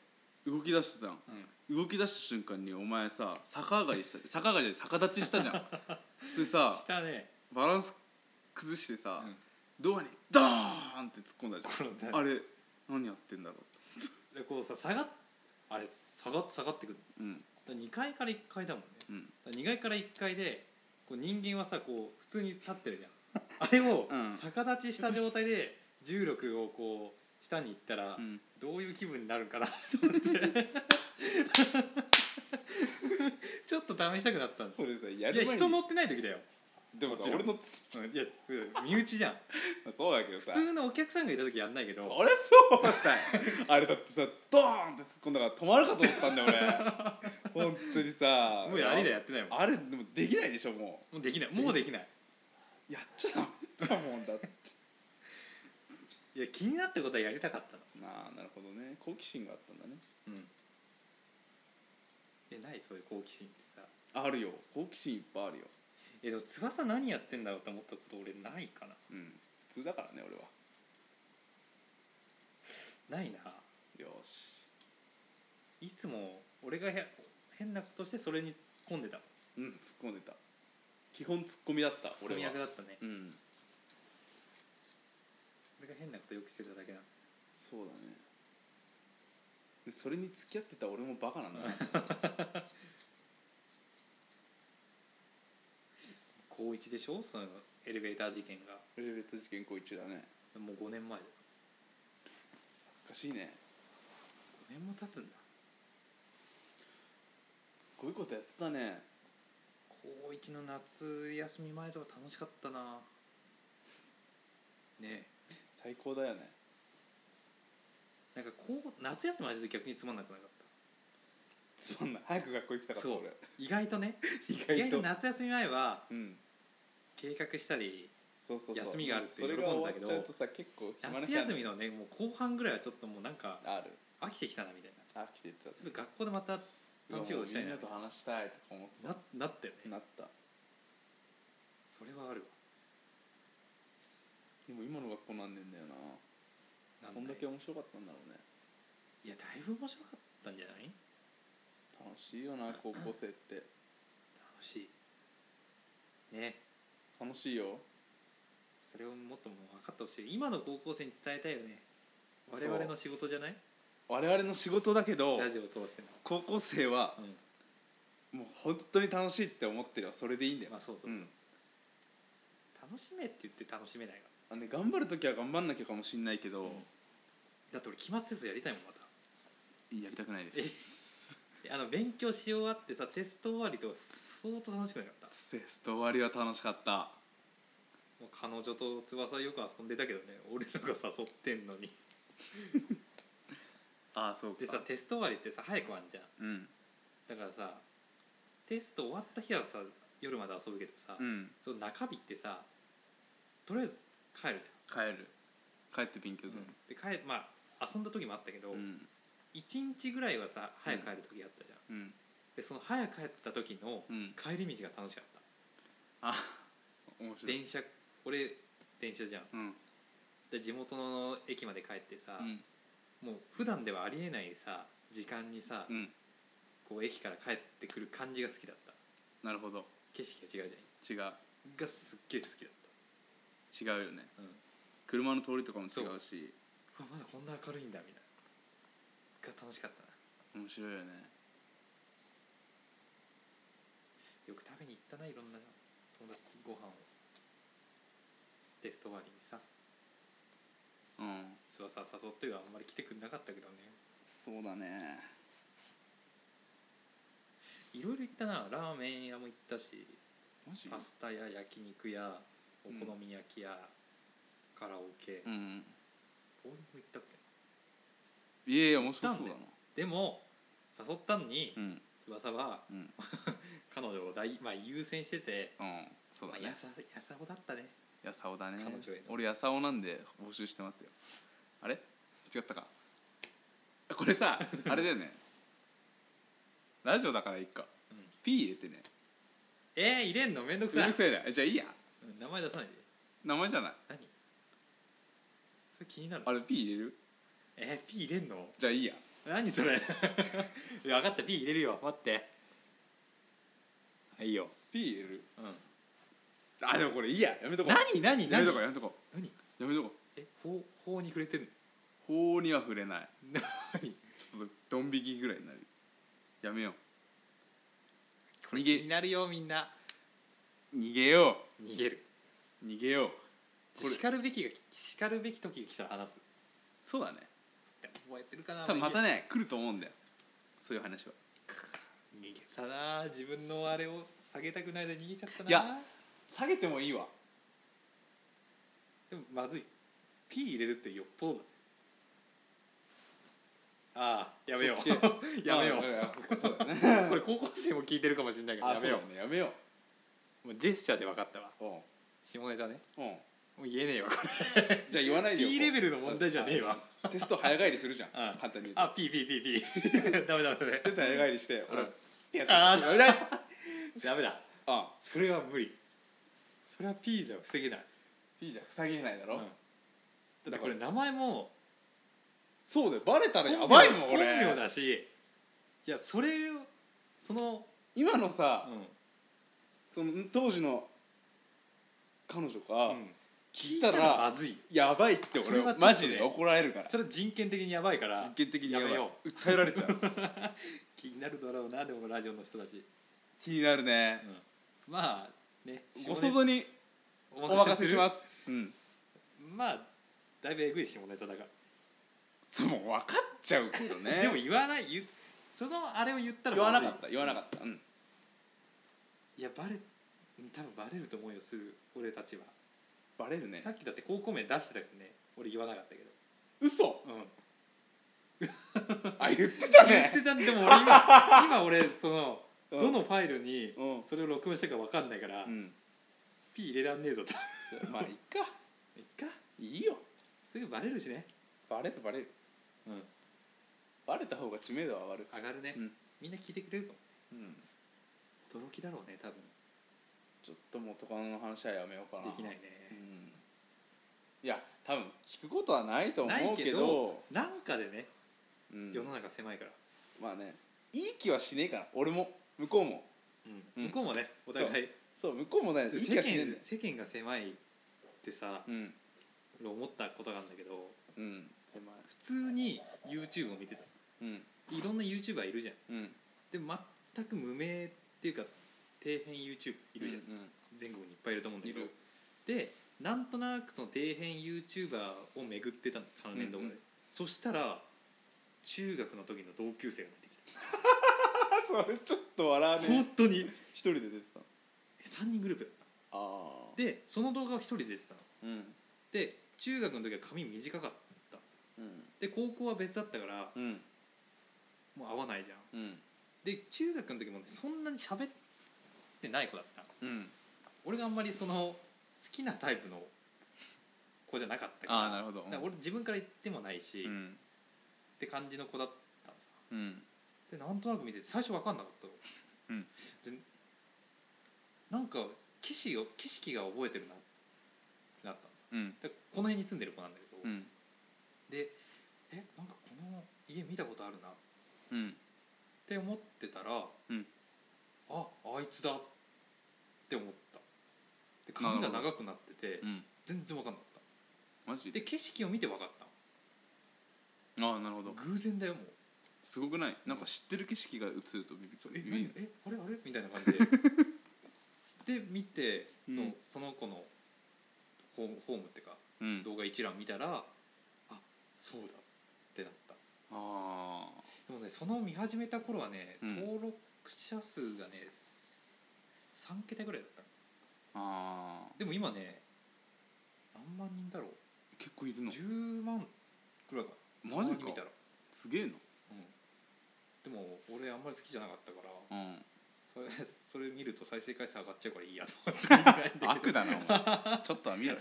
動き出してたの
うん
動き出した瞬間にお前さ逆上がりした逆上がりで逆立ちしたじゃん
<laughs>
でさ
したね
バランス崩してさ、
うん
ドアにドーンって突っ込んだじ
転ん
ゃ
だ
んあれ何やってんだろ
でこうさ下がっあれ下がっ下がってくる
ううん
だ2階から1階だもんね
うん
だ2階から1階でこう人間はさこう普通に立ってるじゃん
<laughs>
あれを
うん
逆立ちした状態で重力をこう下に行ったら
うん
どういう気分になるんかなと思って <laughs> ちょっと試したくなったんです
それさや
いや
る前に
人乗ってない時だよ
でも
も
さ
ちろん
俺の
いや身内じゃん
そうだけど
普
さ
通のお客さんがいた時やんないけど
それそうだ <laughs> よあれだってさドーンって突っ込んだから止まるかと思ったんだよ俺本当にさ
もうやりだやってないもん
あれでもできないでしょも
もうできないもうできないう
やっちゃダメだもんだって <laughs>
いや気になったことはやりたかったの
なあなるほどね好奇心があったんだね
うんでないそういう好奇心ってさ
あるよ好奇心いっぱいあるよ
えでも翼何やってんだろうと思ったこと俺ないかな
うん普通だからね俺は
ないな
よし
いつも俺がへ変なことしてそれに突っ込んでた
うん突っ込んでた基本ツッコミだった
俺
俺は
役だったね
うん
俺が変なことよくしてただけなの
そうだねでそれに付き合ってた俺もバカなん
<laughs>
だな
高一でしょそのエレベーター事件が
エレベーター事件高一だね
もう5年前だよ
難しいね
5年も経つんだ
こういうことやってたね
高一の夏休み前とは楽しかったなね
最高だよね
えなんかこう夏休み前だと逆につまんなくなかった
そんな早く学校行きたかった
そう
俺
意外とね
意
意
外
外
と
と夏休み前は
うん
計画したり
そうそうそう
休みがあるって喜
そ
ん
れ
で
が
た
終わ
け
っ
ど
ちゃうとさ結構暇な
夏
日ある
休みのねもう後半ぐらいはちょっともうなんか
ある
飽きてきたなみたいな
あ来てた
ちょっと学校でまた楽しいことしたい
みん
な
なと話したいとか思って
な
た
なったよね
なった
それはある
でも今の学校なんねんだよ
わ
なそんだけ面白かったんだろうね
いやだいぶ面白かったんじゃない
楽しいよな高校生って
楽しいね
楽しいよ
それをもっともう分かってほしい今の高校生に伝えたいよね
そう
我々の仕事じゃない
我々の仕事だけど
ラジオを通しての
高校生は
うん
もう本当に楽しいって思ってればそれでいいんだよ
まあそうそうう、
ん
楽しめって言って楽しめないから
あのね頑張る時は頑張んなきゃかもしんないけど
だって俺期末テストやりたいもんまた
やりたくないです
であの勉強し終わってさテスト終わりとか相当楽しくなかった
テスト終わりは楽しかった
もう彼女と翼よく遊んでたけどね俺らが誘ってんのに
ああそうか
でさテスト終わりってさ早く終わんじゃん
うん
だからさテスト終わった日はさ夜まで遊ぶけどさ、
うん
その中日ってさとりあえず帰るじ
帰る帰って勉強
ゃ
す
ん、
る
で帰まあ遊んだ時もあったけど、
うん
一1日ぐらいはさ早く帰る時あったじゃん、
うん
でその早く帰った時の
うん
帰り道が楽しかった、
あ面白い
電車俺電車じゃん
うん
で地元の駅まで帰ってさ、
うん
もう普段ではありえないさ時間にさ、
うん
こう駅から帰ってくる感じが好きだった
なるほど
景色が違うじ
違う
ゃんがすっげえ好きだっ
違うよね
た、うん
車の通りとかも違うし
うわまだこんな明るいんだみたいなが楽しかったな
面白いよね
よく食べに行ったないろんな友達とご飯をテスト終わりにさ
うん
翼誘ってはあんまり来てくれなかったけどね
そうだね
いろいろ行ったなラーメン屋も行ったし
マジ
パスタや焼肉やお好み焼きや、カラオケ、
うん
ボウリング行ったっけ
いやいや面白そうだ
行
な
っでも誘ったのに、
うん
翼は
うん
<laughs> 彼女を大、まあ、優先してて、
うんそう
ま
だ
あ、や
ね
さやさほだったね
やさおだね
彼女への
俺やさおなんで募集してますよあれ違ったかこれさあれだよねラジオだからいいか
うん
P 入れてね
えー、入れんのめんどく
めん
さ
ど
い
くさいなじゃあいいや
うん名前出さないで
名前じゃない
何それ気になる
あれ P 入れる
えー、P 入れんの
じゃあいいや
何それ <laughs> いや分かった P 入れるよ待ってはいいよ、
P 入れる
うん、
あでもこれいいややめとこう
何何
やめ
何
とこうやめとこう
何
やめとこう
え法法に触れてんの
法には触れない
何
ちょっとドン引きぐらいになるやめよ
これ気になるよみんな
う逃げよ
逃げる
う逃げようこれ
叱るべきが叱るべき時が来たら話す
そうだね
覚えてるかな
多分また
ね
ね来ると思うんだよそういう話は
逃げたな自分のあれを下げたくないで逃げちゃったない
や下げてもいいわ
でもまずい P 入れるってよっぽどだぜああやめよ
そっち
う <laughs> やめよ
あうん <laughs> そうだね
うこれ高校生も聞いてるかもしれないから
あ
や
そ
め
う
よ
だねやめよ
うもうジェスチャーで分かったわ
ううん
下ネタね
うん
もう言えねえわこれ
じゃあ言わないでよ
P レベルの問題じゃねえわ
テスト早返りするじゃん
うん
簡単に言うと
あ PPPP <laughs> ダメダメダメ
テスト早返りして俺
うん
ってやって
あ
あ
あダメだダメだ
あ
それは無理それは P では防げない
P じゃ塞げないだろ
うんだってこれ名前も
そうだよバレたらやばいもん
本名本名
俺
だしいやそれをその
今のさ
うん
その当時の彼女
う
が
ん
聞いた
聞いた
ら
まずい
やばいって
それ
俺
はちょっと
マ
ね
ジで怒られるから
それは人権的にやばいから
実験的にやばい
やめよ
訴えられちゃう
気になるだろうなでもラジオの人たち
<laughs> 気になるね
まあね
ご想像にお任せしますうん
するまあだいぶえぐい下ネタだか
そうもう分かっちゃうけど
ら、
ね
でも言わない言うそのあれを言ったら
言わなか
まずい
った言わなかったうん
いやバレ多分バレると思うよする俺たちは、
バレるね
さっきだって高校名出してたけどね俺言わなかったけど
嘘
うん
あ言ってた
言っ
<laughs> ね
てたんでも
<laughs>
俺今今俺その
うん
どのファイルに
うん
それを録音したか分かんないから、
うん
P 入れらんねえぞと
そうまあいっか
いっか
いいよ
すぐバレるしね
バレるバレる
うん
バレた方が知名度は上がる
上がるね、
うん
みんな聞いてくれるか
うん
も驚きだろうね多分
ちょっともうカノの話はやめようかな
できない
うん
ね
いや多分聞くことはないと思うけど
ないけどなんかでね
うん
世の中狭いから、
まあねいい気はしねえから俺も向こうもうん
向こうもねお互い
そう向こうもねいい
世
気はしねえんだ
間
よ
世間が狭いってさ
うん
俺思ったことがあるんだけど
うん狭い
普通に YouTube を見てた
うん
いろんな YouTuber いるじゃん
うん
で全く無名っていうか底辺 YouTube いるじゃん、
うん
全国にいっぱいいると思うんだけど
いる
でなんとなくその底辺 YouTuber を巡ってたの関連動画で、
うんう
そしたら中学の時の同級生が出てき
あそれちょっと笑わ
た本
ねえ
当に
一人で出てた
3人グループ
ああ
でその動画は1人で出てたの
うん
で中学の時は髪短かったんですよ
うん
で高校は別だったから
うん
もう合わないじゃん
うん
で中学の時もねそんなに喋ってない子だったの
うん
俺があんまりその好きなタイプの子じゃなかったから
ああなるほど
だから俺自分から言ってもないし、
う
っ
ん
て感じの子だったんですよ
うん
でなんとなく見てて最初分かんなかったの、
うん
でなんか景色を景色が覚えてるなってなったんですよ
うん
でこの辺に住んでる子なんだけど、
うん
でえなんかこの家見たことあるなっ
うん
て思ってたら、
うん
ああいつだって思ったで髪が長くなってて
うん
全然分かんなかっ
マジ
たで
で
景色を見て分かっ
ああなるほ
た
ど
偶然だよもう
すごくないなんか知ってる景色が映るとビビ
そう
ビ
え
ビ
何
る
えあれあれみたいな感じ
<laughs>
でで見てそう
うん
その子のホームホームっていうか
うん
動画一覧見たらあそうだってなった
ああ
でもねその見始めた頃はね
うん
登録者数がね3桁ぐらいだったの
ああ
でも今ね何万人だろう
結構いるの
10万くらいかな
マジ
たまに見た、
からすげえ
うん、でも俺あんまり好きじゃなかったから
なうん
それそれ見ると再生回数上がっちゃうからいいやと思って見ないんだけ
<laughs>
ど
悪だなお前ちょっとは見ろよ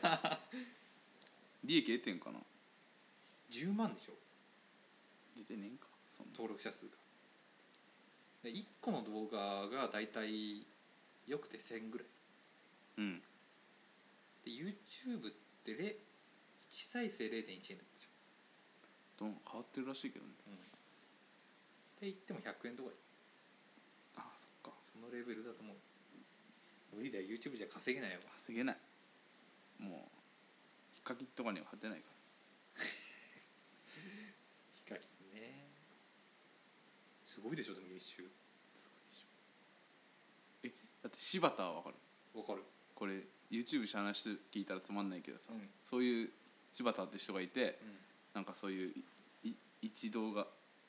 利益得てんかな
10万でしょ
出てねえんかそんな
登録者数がで1個の動画が大体よくて1000ぐらい
うん
で YouTube ってれ1再生0.1円なんですよ
どん変わってるらしいけどね
って言っても100円とか
ああそっか
そのレベルだと思う無理だよ YouTube じゃ稼げないよ
稼げないもうヒカキンとかには勝てないか
光ねすごいでしょでも月収
らだって柴田はわかる
わかる
これ YouTube 社の人聞いたらつまんないけどさ、
うん
そういう柴田って人がいて
うん
なんかそういうい一動画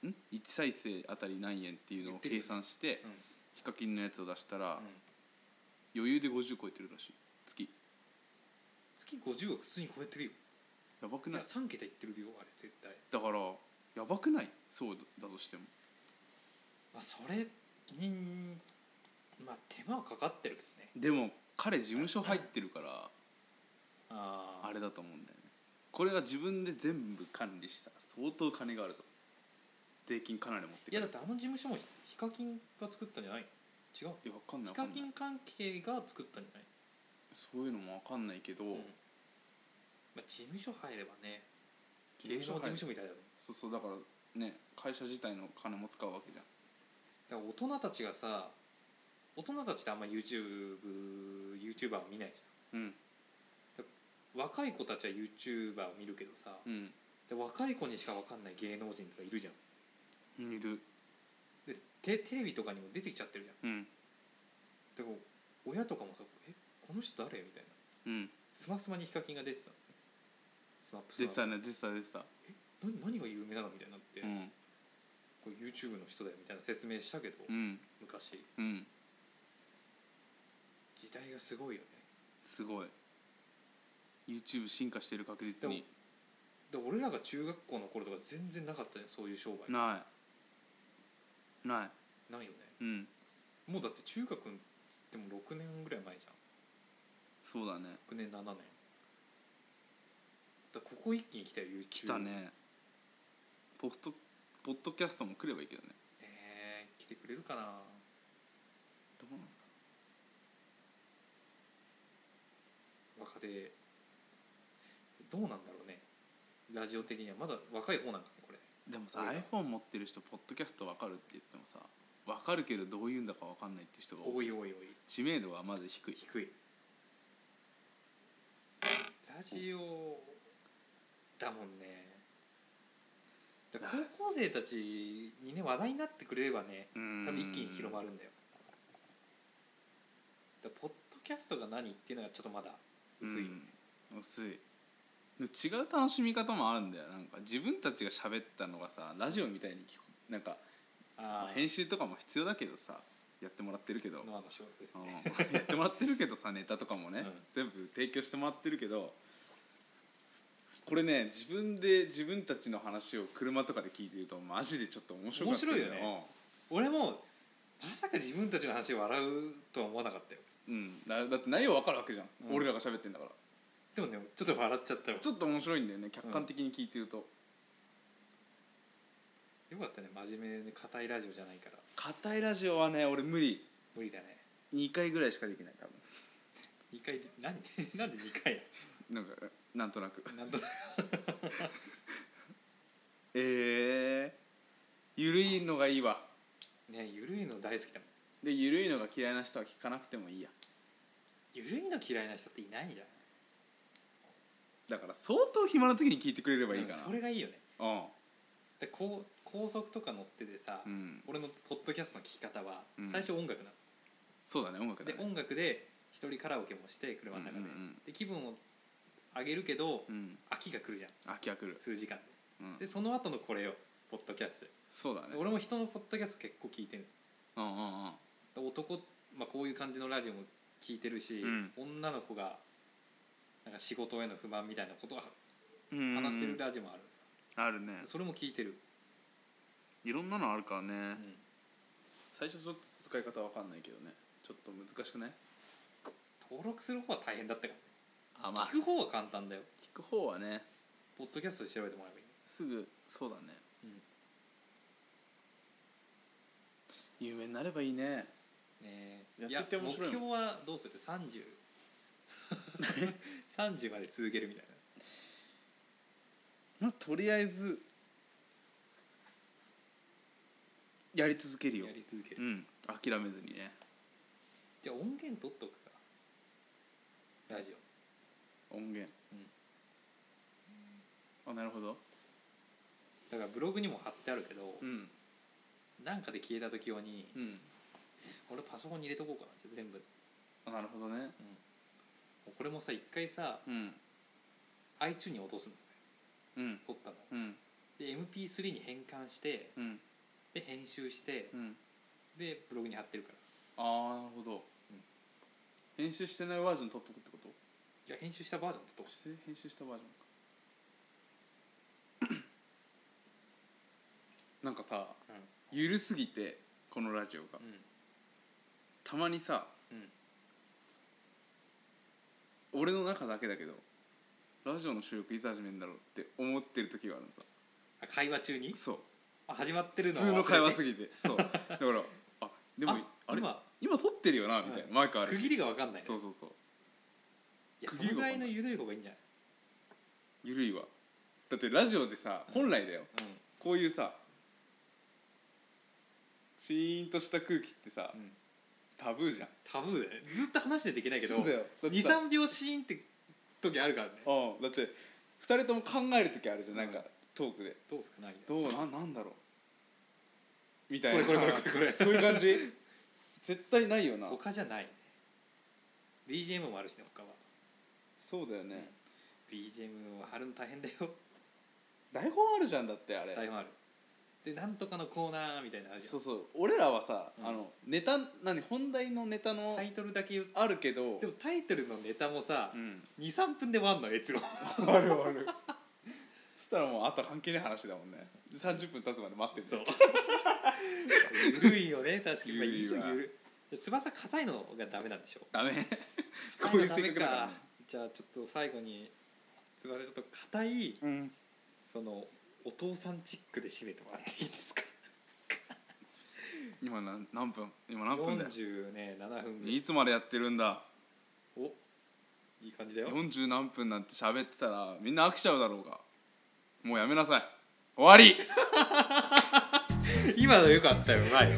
ん一再生あたり何円っていうのを
言ってるよ
計
ね
算して、
うん
ヒカキンのやつを出したら、余裕で50超えてるらしい月
月50億普通に超えてるよ
やばく
い
ない
や3桁いってるよあれ絶対
だからやばくないそうだとしても
まあそれにまあ手間はかかってるけ
で
どね
も彼事務所入ってるから
あ
あれだと思うんだよねこれが自分で全部管理したら相当金があるぞ税金かなり持って
い
く
や
る
だってあの事務所もヒカキンが作ったんじゃないの違う
いやわかんな
ヒ
いわか
カ
ん
キ
ない
ン関係が作ったんじゃない
そういうのもわかんないけど、
うんまあ、事務所入ればね芸
芸
能
能
事務所みたいだもん
そうそうだからね会社自体の金も使うわけじゃん
だから大人たちがさ大人たちってあんま YouTubeYouTuber を見ないじ
うん
ゃん若い子たちは YouTuber を見るけどさ、
うん
で若い子にしか分かんない芸能人とかいるじゃん
いる
でテテレビとかにも出てきちゃってる
う
じ
ん
ゃんでも親とかもさ「えこの人誰?」みたいな
うん
スマスマにヒカキンが出てたのねスマップス
出
マ
てたね出てた出てた
何何が有名なのみたいになって、
うん
これ YouTube の人だよみたいな説明したけど、
うん
昔
うん
時代がすごいよね
すごい YouTube 進化してる確実に
で俺らが中学校の頃とか全然なかったじゃんそういう商売
ないない
ないよね
うん
もうだって中学んつっても6年ぐらい前じゃ
そうだね
ん6年7年だからここ一気に来たよ YouTube
来たねポストポッドキャストも来ればいいけどね
えー、来てくれるかな
どうなんだ
若手どうなんだろうねラジオ的にはまだ若い方なんかねこれ
でもさ
俺ら
iPhone 持ってる人ポッドキャスト分かるって言ってもさ分かるけどどういうんだか分かんないって人が多い
おいおいおい
知名度はまず低い
低いラジオだもんねだから高校生たちにね話題になってくれればね
多
多分一気に広ま
る
るんだよだからポッドキャストが何っていうのがちょっとまだ薄い、
薄いでも違う楽しみ方もあるんだよなんか自分たちが喋ったのがさラジオみたいに聞こなんか
あ
まあ
あ
編集とかも必要だけどさやってもらってるけど、
のあの仕事ですね、
うん <laughs> やってもらってるけどさネタとかもね、
うん
全部提供してもらってるけどこれね自分で自分たちの話を車とかで聞いてるとマジでちょっと面白かった
面白いよね俺もまさか自分たちの話を笑うとは思わなかったよ
うん、うんだだって内容わかるわけじゃん、
うん
俺らが喋ってんだから
でもねちょっと笑っちゃったよ
ちょっと面白いんだよね客観的に聞いてると、
よかったね真面目で硬いラジオじゃないから
硬いラジオはね俺無理
無理だね
2回ぐらいしかできない多分
2回で何 <laughs> なんで2回
なんかなんとなく
なんとなく
ええゆるいのがいいわ
ねゆるいの大好きだもん
でゆるいのが嫌いな人は聞かなくてもいいや
ゆるいの嫌いな人っていないんじゃない
だから相当暇な時に聞いてくれればいいかな
それがいいよね
うん
で高高速とか乗っててさ、
うん、
俺のポッドキャストの聞き方は
うん
最初音楽なの、
そうだね音楽だ
で
ね
音楽で一人カラオケもして車の中で,、
うんうん
で気分を上げるけど、
うん、うん、
秋が来るじゃん
秋が来る、
数時間
うん
で、でその後のこれをポッドキャス
そうだ
ト
ね
で俺も人のポッドキャスト結構聞いてる
うんうんうん
男、まあ、こういう感じのラジオも聞いてるし、
うん
女の子がなんか仕事への不満みたいなことを
うん
話してるラジオもあるんですよ
あるね
それも聞いてる、
いろんなのあるからね、
うん
最初ちょっと使い方わかんないけどねちょっと難しくない
登録する方は大変だったか
あ
ら、聞く方は簡単だよ
聞く方はね
ポッドキャストで調べてもらえばいい
すぐそうだね、
うん
有名になればいいね
ね
や
え
ってって面白い
目標はどうする3030
<laughs>
30まで続けるみたい
ま
な
あとりあえずやり続けるよ
やり続ける、
うん諦めずにね
じゃあ音源取っとくかラジオ
音源、あなるほど
だからブログにも貼ってあるけど、
うん
なんかで消えた時用に
うん
俺パソコンに入れとこうかなちょっと全部も
あなるほどね
うこれもさ一回さ
うん
iTunes に落とすの
うん
取ったの
うん
で MP3 に変換して
うん
で編集して
うん
でブログに貼ってるから
ああなるほど、編集してないバージョン撮っとくってこと
いや編集したバージョン取っとこ
して編集したバージョンかなんかさ、
うん
ゆるすぎてこのラジオが
う、うん
たまにさ、俺の中だけだけどラジオの収録いつ始めるんだろうって思ってる時があるのさ
あ会話中に
そう
あ始まって
普
るのを
通の会話す
忘れて
ぎてそうだからあでも
あ
あれ
今
今撮ってるよなみたいな、毎回ある
区
し
切りが分かんないね
そうそうそう
いや
区
そ
切り
の
が
ぐ
分かん
らい
な
の
い
緩い方がいいんじゃない
ゆるいわだってラジオでさ本来だよ、
うん
こういうさシーンとした空気ってさ、
うん
タブーじゃん
タブーだよねずっと話してていけないけど
そうだよだってさ
23秒シーンって時あるからね
うんだって二人とも考える時あるじゃんなんか、
うん
トークで
どうすかないこ
どうななんだろうみたい
れ
な
これこれこれこれ
そういう感じ絶対ないよな
他じゃない BGM もあるしね他は
そうだよね、
BGM を貼るの大変だよ
台本あるじゃんだってあれ
大変あるでなんとかのコーナーみたいなのあるじゃん
そうそう俺らはさ、
うん
あのネタ何本題のネタの
タイトルだけ言う
あるけど、
でもタイトルのネタもさ
うん、
23分で終わんの越後
あるあるそしたらもうあと関係ない話だもんね30分経つまで待ってる
そう <laughs> ゆるいよね確かにまあいい
ゆ
よ
るいわ
ゆるい翼硬いのがダメなんでしょ
ダ <laughs> メ
硬
こうい
の
う性格だから
ダメじゃあちょっと最後に翼ちょっと硬い
うん
そのお父さんチックで締めてもらっていいですか
今何何分今何分だよ
47分ぐらい
いつまでやってるんだ
おいい感じだよ
40何分なんて喋ってたらみんな飽きちゃうだろうがもうやめなさい終わり
今のよかったようまいよ